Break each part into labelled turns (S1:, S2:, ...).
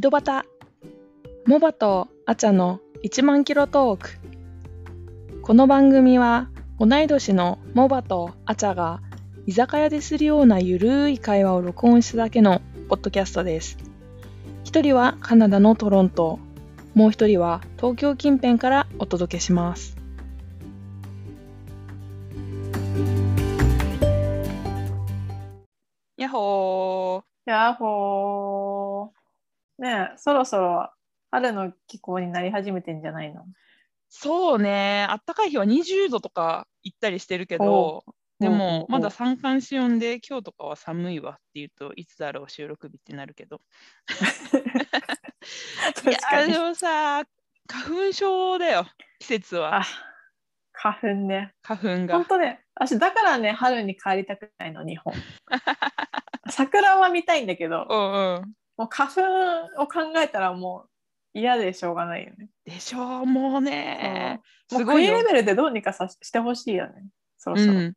S1: ドバタモバとアチャの1万キロトークこの番組は同い年のモバとアチャが居酒屋でするようなゆるい会話を録音しただけのポッドキャストです一人はカナダのトロントもう一人は東京近辺からお届けしますやっほー
S2: やっほー。ねえ、そろそろ春の気候になり始めてんじゃないの
S1: そうね、あったかい日は20度とか行ったりしてるけど、でもまだ三寒四温で今日とかは寒いわって言うといつだろう収録日ってなるけど。い
S2: 確か
S1: や
S2: に
S1: で。もさ、花粉症だよ、季節は
S2: あ、花粉ね。
S1: 花粉
S2: ほん
S1: が。
S2: とね、私だからね、春に帰りたくないの、日 本。桜は見たいんだけど
S1: う、んうん。
S2: もう花粉を考えたらもう嫌でしょうがないよね。
S1: でしょう、もうね、
S2: うんも
S1: す
S2: う
S1: ご
S2: 国
S1: いよ
S2: レ。ベルでどうにかさしてほしいよね。そろ
S1: う
S2: そろ。
S1: ん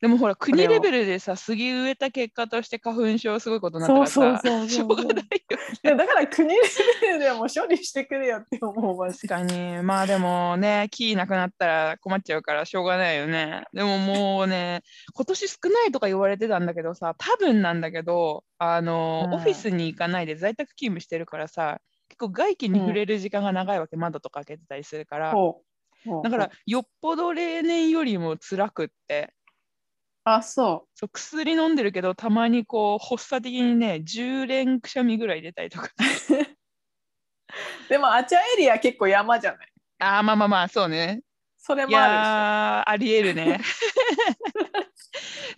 S1: でもほら
S2: れを
S1: 国レベルでさ杉植えた結果として花粉症すごいことになったか
S2: そう
S1: ら
S2: そう
S1: さ
S2: そう
S1: しょ
S2: そうう
S1: がないよ
S2: いやだから国レベルでも処理してくれよって思うマジ
S1: 確かにまあでもね木なくなったら困っちゃうからしょうがないよねでももうね 今年少ないとか言われてたんだけどさ多分なんだけどあの、
S2: うん
S1: オフィスに行かないで在宅勤務してるからさ結構外気に触れる時間が長いわけ、窓とか開けてたりするから
S2: ほうほう
S1: だからよっぽど例年よりも辛くって
S2: あそう
S1: そう薬飲んでるけどたまにこう発作的にね10連くしゃみぐらい出たりとか
S2: でもアチャエリア結構山じゃない
S1: あーまあまあまあそうね
S2: それ
S1: い
S2: もあ
S1: やーありえ るね。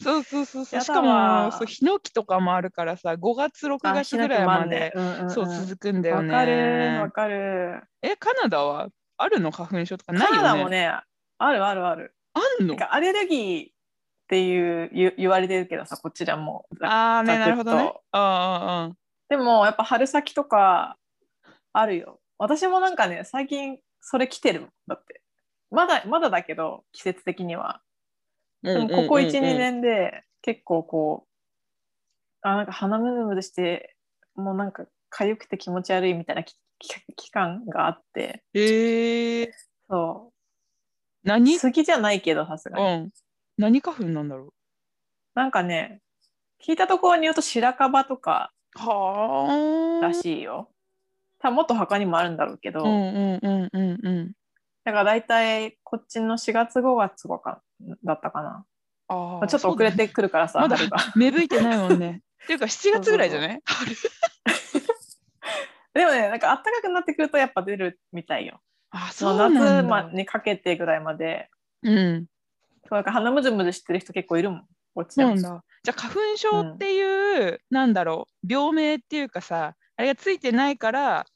S1: そうそうそうそう
S2: や
S1: し
S2: だ
S1: かも
S2: わ
S1: そうヒノキとかもあるからさ5月6
S2: るでし
S1: 月
S2: ょ。
S1: ぐらいまで、
S2: うんうんうん
S1: そう続くんだよ
S2: わ
S1: ね。
S2: かるわかる。
S1: えカナダはあるの花粉症とかな
S2: カ
S1: いよね。
S2: ナダもねあるあるある。
S1: あんの
S2: てかアレルギーっていう言言われてるけどさこちらも。
S1: ああね
S2: ざ
S1: な
S2: っ
S1: る
S2: くりと
S1: ほどね。あー
S2: でもやっぱ春先とかあるよ。私もなんかね最近それ来てるもんだって。まだまだだけど季節的には。
S1: あー
S2: で
S1: あー
S2: もここ1、2。
S1: うんうんうんう
S2: 年
S1: ん
S2: で結構こう、あ、なんか鼻むずむずして、もうなんか痒くて気持ち悪いみたいなきき期間があって、
S1: えー、
S2: そ
S1: 何
S2: う。
S1: う
S2: 好きじゃないけどさすがに。
S1: ん何花粉なんだろう。
S2: なんかね、聞いたところによると白樺とか
S1: はあ。
S2: らしいよ。多分もっと他にもあるんだろうけど、
S1: うんうんうんうんうん。
S2: だから大体こっちの4月5月とかだったかな。
S1: あ
S2: まあ
S1: あ
S2: ちょっと遅れ てくるからさ、
S1: まだ
S2: 春が。
S1: 芽吹いてないもんね。っていうか7月ぐらいじゃない春
S2: でもね、なんか暖かくなってくるとやっぱ出るみたいよ。
S1: あ、そうなんだ。
S2: 夏まにかけてぐらいまで
S1: うん。
S2: そうなんか鼻むずむずしてる人結構いるもん。こっち
S1: そ
S2: で
S1: う
S2: も
S1: なんだ。じゃあ花粉症っていう、なんだろう病名っていうかさあれがついてないから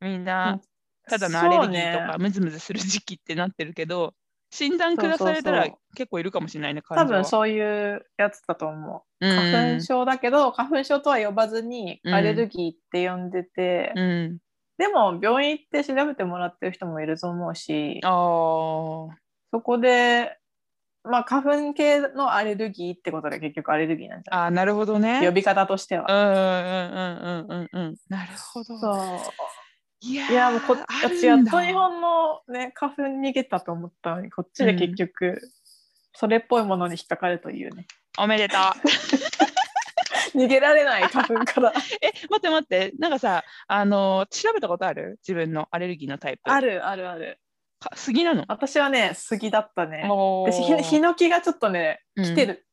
S1: みん
S2: う
S1: なんただのアレルギーと
S2: そう
S1: か
S2: ね
S1: ムズムズする時期ってなってるけど診断下された
S2: そう
S1: ら
S2: そうそ
S1: 結構いるかもしれないね
S2: 多分
S1: う
S2: そういうやつだと思う。
S1: ん
S2: 花粉症だけど、花粉症とは呼ばずに
S1: うん
S2: アレルギーって呼んでて、
S1: うん
S2: でも病院行って調べてもらってる人もいると思うし、
S1: あー
S2: そこで、まあ、花粉系のアレルギーってことで結局アレルギーなんじゃ
S1: あーなるほど
S2: ない呼
S1: ね。
S2: び方として
S1: う
S2: は。
S1: んうんうんうんうんうんなるほ
S2: そ
S1: ど。
S2: う
S1: いやー
S2: いやもうこ
S1: あるんだ
S2: 私やっと日本の、ね、花粉逃げたと思ったのにこっちで結局それっぽいものに引っかかるというね、
S1: おめでとう。
S2: 逃げられない花粉から
S1: え、待って待って、なんかさ、あのー調べたことある自分のアレルギーのタイプ。
S2: あるあるある
S1: か。杉なの
S2: 私はね杉だったね
S1: おー
S2: 私ひヒノキがちょっとね
S1: うん
S2: 来てる、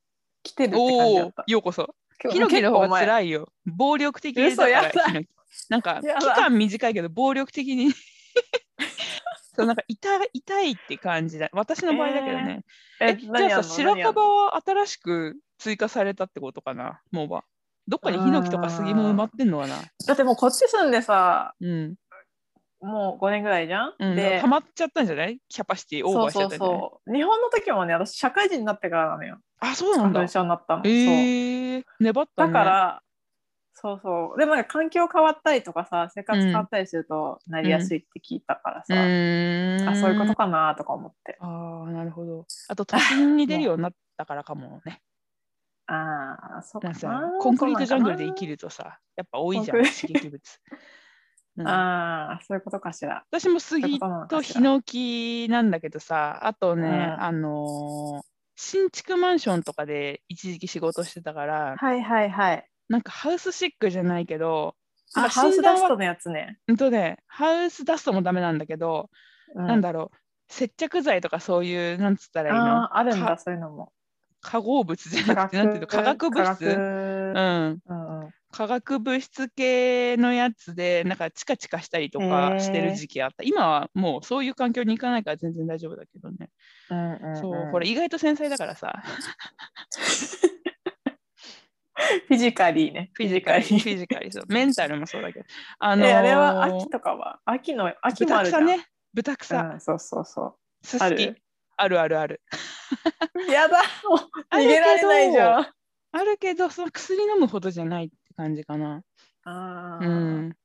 S2: 来てるって感じだっ
S1: おお
S2: た、
S1: ようこそ。
S2: 今日
S1: ヒノキの方
S2: 結構
S1: が
S2: 前
S1: 辛いよ。暴力的
S2: 嘘
S1: だ
S2: や
S1: から、
S2: だ
S1: ヒノキ。なんか、期
S2: やだ
S1: 間短いけど、暴力的に。 そうなんか痛い痛いって感じだ。私の場合だけどね。
S2: え
S1: じ
S2: 何
S1: ゃ
S2: や
S1: あ
S2: ん
S1: さ、
S2: の
S1: 白
S2: 何やん
S1: 樺
S2: の
S1: は新しく追加されたってことかな、もうは。どっかにヒノキとか杉も埋まってんのかな。
S2: だってもうこっち住んでさ
S1: うん。
S2: もう5年ぐらいじゃん、
S1: うん、
S2: で
S1: 溜まっちゃったんじゃないキャパシティオーバーしちゃったんじゃな
S2: そ
S1: い
S2: うそうそう日本の時もね私社会人になってからなのよ
S1: あ、そうなんだ
S2: 花粉。症になったの、そう
S1: えー、粘った
S2: だ
S1: ね。
S2: から、そうそう。でもなんか環境変わったりとかさ、生活変わったりするとなりやすいって聞いたから
S1: う
S2: さ、
S1: ーん
S2: あそういうことかなとか思って。
S1: ああなるほどあと都心に出るようになったからかもね
S2: ああ、そう
S1: な
S2: か
S1: ん
S2: な
S1: かさコンクリートジャングルで生き
S2: る。
S1: るとさやっぱ多いじゃ
S2: コ
S1: ん
S2: ンクリ
S1: 刺激物、うん
S2: ああ、そういうことかしら。
S1: 私も
S2: そういう
S1: 杉
S2: ことなの
S1: と
S2: かし
S1: ヒ
S2: ら
S1: ノキなんだけどさあとね、
S2: うん
S1: あのー新築マンションとかで一時期仕事してたから
S2: はいはいはい。
S1: なんかハウスシックじゃないけどなん
S2: あ、
S1: か
S2: ハウ
S1: 診
S2: スダ
S1: 断
S2: ス
S1: は
S2: トのやつね。
S1: うんとねハウスダストもダメなんだけど、
S2: う
S1: なんだろう接着剤とかそういうなんつったらいいの
S2: あーあるんだ、
S1: か
S2: そういうのも。
S1: 化合物じゃなくてなんていうの化学物質
S2: 化学
S1: うん、
S2: うんうん
S1: 化学物質系のやつでなんかチカチカしたりとかしてる時期あった今はもうそういう環境に行かないから全然大丈夫だけどね、
S2: うんうんうん
S1: そうこれ意外と繊細だからさ
S2: フィジカリーね。
S1: フィジカ ル フ
S2: フィジ
S1: ィジカ ルそうメンタルもそうだけどあ
S2: カリー
S1: のー
S2: えあれは秋とかは秋の秋もあ
S1: 豚
S2: るじゃ
S1: 草
S2: ん。
S1: ね豚草、
S2: うん、そうそうそ
S1: スス
S2: あ
S1: キ
S2: る
S1: あるあるある
S2: う。 やだ、もう
S1: あ
S2: 逃
S1: るけど
S2: げられないじゃん。
S1: あるけどその薬飲むほどじゃないって感じかな
S2: あ
S1: う
S2: ー
S1: ん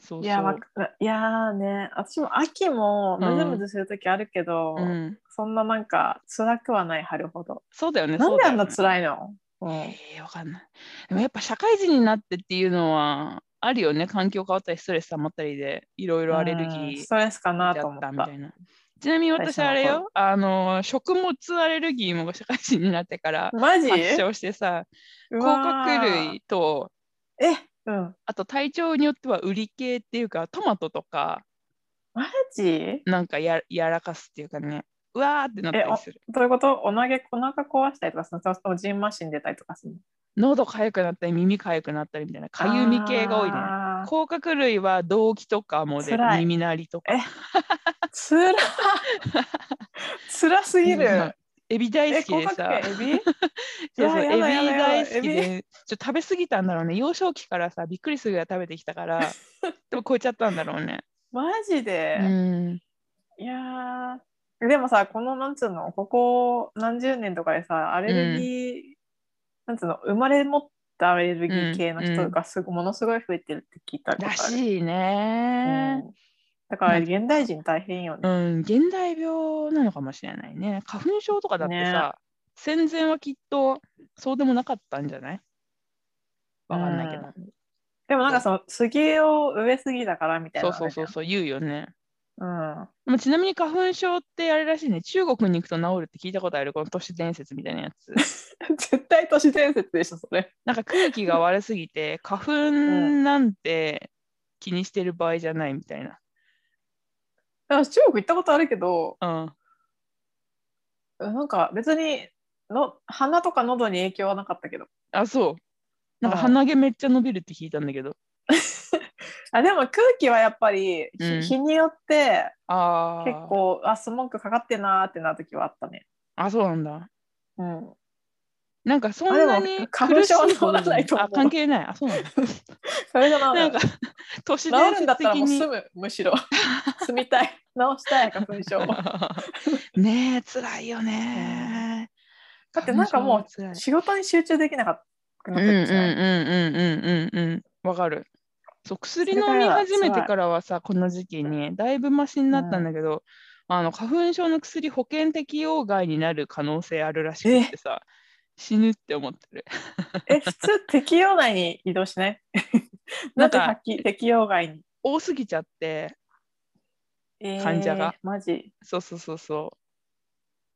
S1: そうそう
S2: いや、わかいやーね、私も秋もムズムズするときあるけど、
S1: うん、
S2: そんななんか辛くはない、春ほど。
S1: そうだよね
S2: なんであんな
S1: ら
S2: 辛いの、うん
S1: えー、わかんない。でもやっぱ社会人になってっていうのはあるよね。環境変わったり、ストレス溜まったりで、いろいろアレルギ
S2: うん
S1: ー
S2: ストレスかな
S1: 出ち
S2: と
S1: ゃ
S2: 思っ
S1: った
S2: た。
S1: みたいな。ちなみに私あれ
S2: 最初の
S1: よ、あの食物アレルギーも社会人になってから
S2: マジ
S1: 発症してさ、
S2: う
S1: 甲
S2: わ
S1: 殻
S2: ー
S1: 類と、
S2: え、うん。
S1: あと体調によっては売り系っていうか、トマトとか
S2: マジ
S1: なんかややらかすっていうかね、うわーってなったりする。
S2: どういうことおなげお腹壊したりとかするのそのジンマシン出たりとかするの
S1: 喉痒くなったり、耳痒くなったりみたいな、かゆみ系が多いね。
S2: あー
S1: 甲殻類は動悸とかもで
S2: 辛い
S1: 耳鳴りとか
S2: つ らつらすぎ
S1: うん
S2: る。
S1: エビ大好
S2: え、
S1: き
S2: 甲
S1: で
S2: 殻
S1: さ
S2: 系エビ
S1: そうそうエ
S2: いやや
S1: ビ
S2: だやだやだ
S1: 大好きでちょっと食べ過ぎたんだろうね幼少期からさびっくりするぐらい食べてきたから でも超えちゃったんだろうね
S2: マジで、
S1: うん
S2: いやーでもさこのなんつうのここ何十年とかでさアレルギー、なんつうの生まれ持ったアレルギー系の人がすご、ものすごい増えてるって聞いたことあ
S1: ら
S2: る
S1: しいうね
S2: んだから現代人大変よ
S1: う
S2: ね、
S1: ん、現代病なのかもしれないね花粉症とかだってさ、戦前はきっとそうでもなかったんじゃないわかんないけど、
S2: うでもなんかその杉を植えすぎだからみたい
S1: そ
S2: なの
S1: うそ
S2: ね、
S1: うそうそう言うよね
S2: うん
S1: でもちなみに花粉症ってあれらしいね中国に行くと治るって聞いたことあるこの都市伝説みたいなや つ
S2: 絶対都市伝説でしょそれ
S1: なんか空気が悪すぎて花粉なんて気にしてる場合じゃないみたい
S2: だ
S1: な、
S2: から中国行ったことあるけど
S1: うん、
S2: なんか別にの鼻とか喉に影響はなかったけど
S1: あそうなんか
S2: うん
S1: 鼻毛めっちゃ伸びるって聞いたんだけど
S2: あでも空気はやっぱり日,、
S1: うん
S2: によって
S1: ああ
S2: 結構あスモッグかかってんなーってなる時はあったね。
S1: あそうなんだ
S2: うん、
S1: なんかそんな
S2: あで
S1: に
S2: も花粉症は
S1: 苦しいこと
S2: 治らないと思う
S1: あ関係ないあそうなんだ
S2: それがな
S1: なん
S2: ん
S1: か
S2: か
S1: 都市
S2: 治
S1: 伝
S2: るんだ
S1: 説
S2: った
S1: 的
S2: らもう
S1: に
S2: 住むむしろ 住みたい治したい花粉症
S1: ねえ辛いよね、
S2: だってなんかもう
S1: 花粉症は辛い
S2: 仕事に集中できなかった
S1: うんうんうんうんうんうんわかるそう薬飲み始めてからはさこの時期にだいぶマシになったんだけど、あの花粉症の薬保険適用外になる可能性あるらしくってさ死ぬって思ってる
S2: え普通適用外に移動しない なん
S1: な
S2: ん
S1: か
S2: で発揮適用外に、
S1: 多すぎちゃって
S2: えー
S1: 患者が
S2: マジ
S1: そうそうそうそう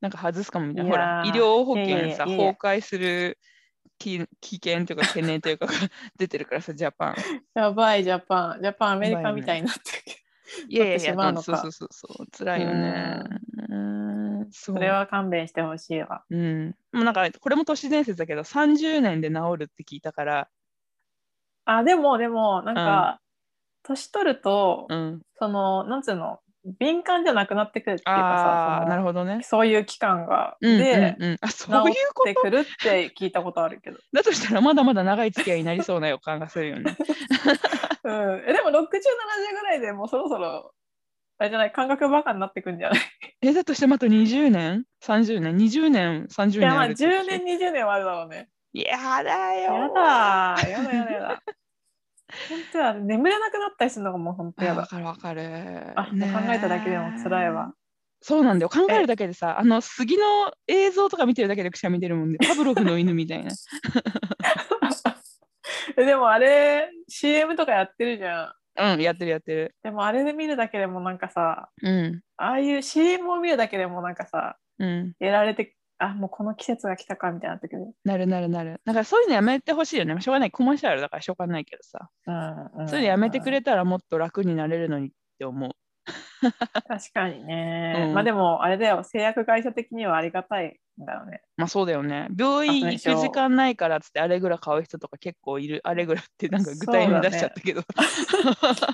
S1: なんか外すかもみたいないほ
S2: や
S1: ら
S2: ー
S1: 医療保険さ
S2: いやいやいやい
S1: 崩
S2: や
S1: 壊する危危険というか懸念と いうか出てるからさジャパン
S2: やばいジャパンジャパンアメリカみたいになってるけど、
S1: いやいやい
S2: なってし
S1: や
S2: まうの
S1: そう
S2: か
S1: そうそうそう辛いよねうんそ
S2: それは勘弁してほしいわ
S1: うん、もうなんかこれも都市伝説だけど30年で治るって聞いたから、
S2: あでもでもなんか、年取ると、
S1: うん、
S2: そのなんつうの敏感じゃなくなってくるっていうかさ
S1: ああ
S2: そ
S1: な
S2: の
S1: るほどね。
S2: そういう期間が、
S1: うんうん
S2: で
S1: うん、あそ
S2: 治
S1: ういう
S2: っ
S1: こ
S2: て
S1: と
S2: くるって聞いたことあるけど、
S1: だとしたらまだまだ長い付き合いになりそうな予感がするよね。
S2: うん、えでも6070ぐらいでもうそろそろあれじゃない感覚バカになってくんじゃない
S1: えだとしてまた20年 ?30 年 ?20 年 ?30
S2: い
S1: 年
S2: やま
S1: あ
S2: あ
S1: るってこと
S2: 10年20年はあるだろうね
S1: いやだよ
S2: やだーやだやだやだ本当や眠れなくなったりするのがもう本当や
S1: わ
S2: だ
S1: かるわかる。
S2: あ、もう考えただけでも辛いわ。
S1: そうなんだよ考えるだけでさあの杉の映像とか見てるだけでくしゃみ出るもんで、パブロフの犬みた いな
S2: えでもあれ CM とかやってるじゃん
S1: うんやってるやってる
S2: でもあれで見るだけでもなんかさ
S1: うん
S2: ああいう CM を見るだけでもなんかさ
S1: うん
S2: やられてあもうこの季節が来たかみたいになってくる
S1: なるなるなるだからそういうのやめてほしいよねしょうがないコマーシャルだからしょうがないけどさ
S2: うんうん
S1: そういうのやめてくれたらもっと楽になれるのにって思う
S2: 確かにね、
S1: うん
S2: まあでもあれだよ製薬会社的にはありがたいんだよ ね
S1: まあそうだよね病院
S2: 花
S1: 行
S2: 粉
S1: く
S2: 症
S1: 時間ないからっつってアレグラ買う人とか結構いるアレグラってなんか具体
S2: そうだ
S1: に
S2: ね
S1: 出しちゃったけど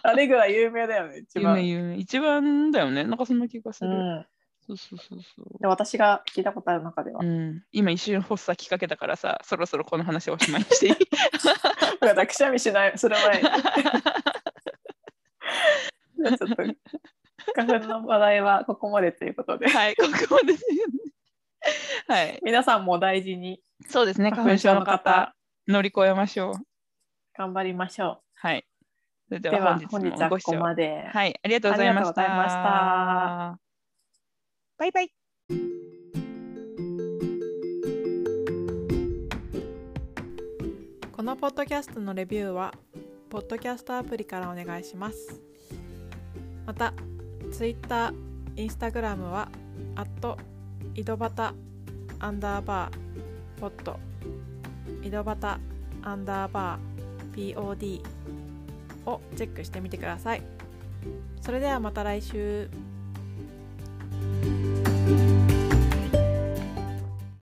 S2: あれぐらい有名だよね一
S1: 有名
S2: 番、
S1: 有名一番だよねなんかそんな気がす
S2: う
S1: る、
S2: ん、
S1: そうそうそうそう
S2: で私が聞いたことある中では、
S1: うん、今一瞬発作きかけたからさそろそろこの話をおしまいにしていい
S2: だからくしゃみしないする前に じゃあちょっと花粉の話題はここまでということで
S1: はいここまでですよねはい
S2: 皆さんもお大事に
S1: そうですね花
S2: 花
S1: 粉
S2: 粉症
S1: 症
S2: の
S1: の方
S2: 方
S1: 乗り越えましょう
S2: 頑張りましょ
S1: はいそれで
S2: うで
S1: は
S2: は
S1: 本
S2: 本日
S1: 日も
S2: は
S1: ご
S2: こ
S1: 視聴
S2: こまで、
S1: はいありがとうございまし
S2: ありがとうご
S1: た
S2: ざいま
S1: バイバイ
S3: このポッドキャストのレビューはポッドキャストアプリからお願いしますまた Twitter、Instagram はアット井戸端アンダーバーポッド井戸端アンダーバー POD をチェックしてみてくださいそれではまた来週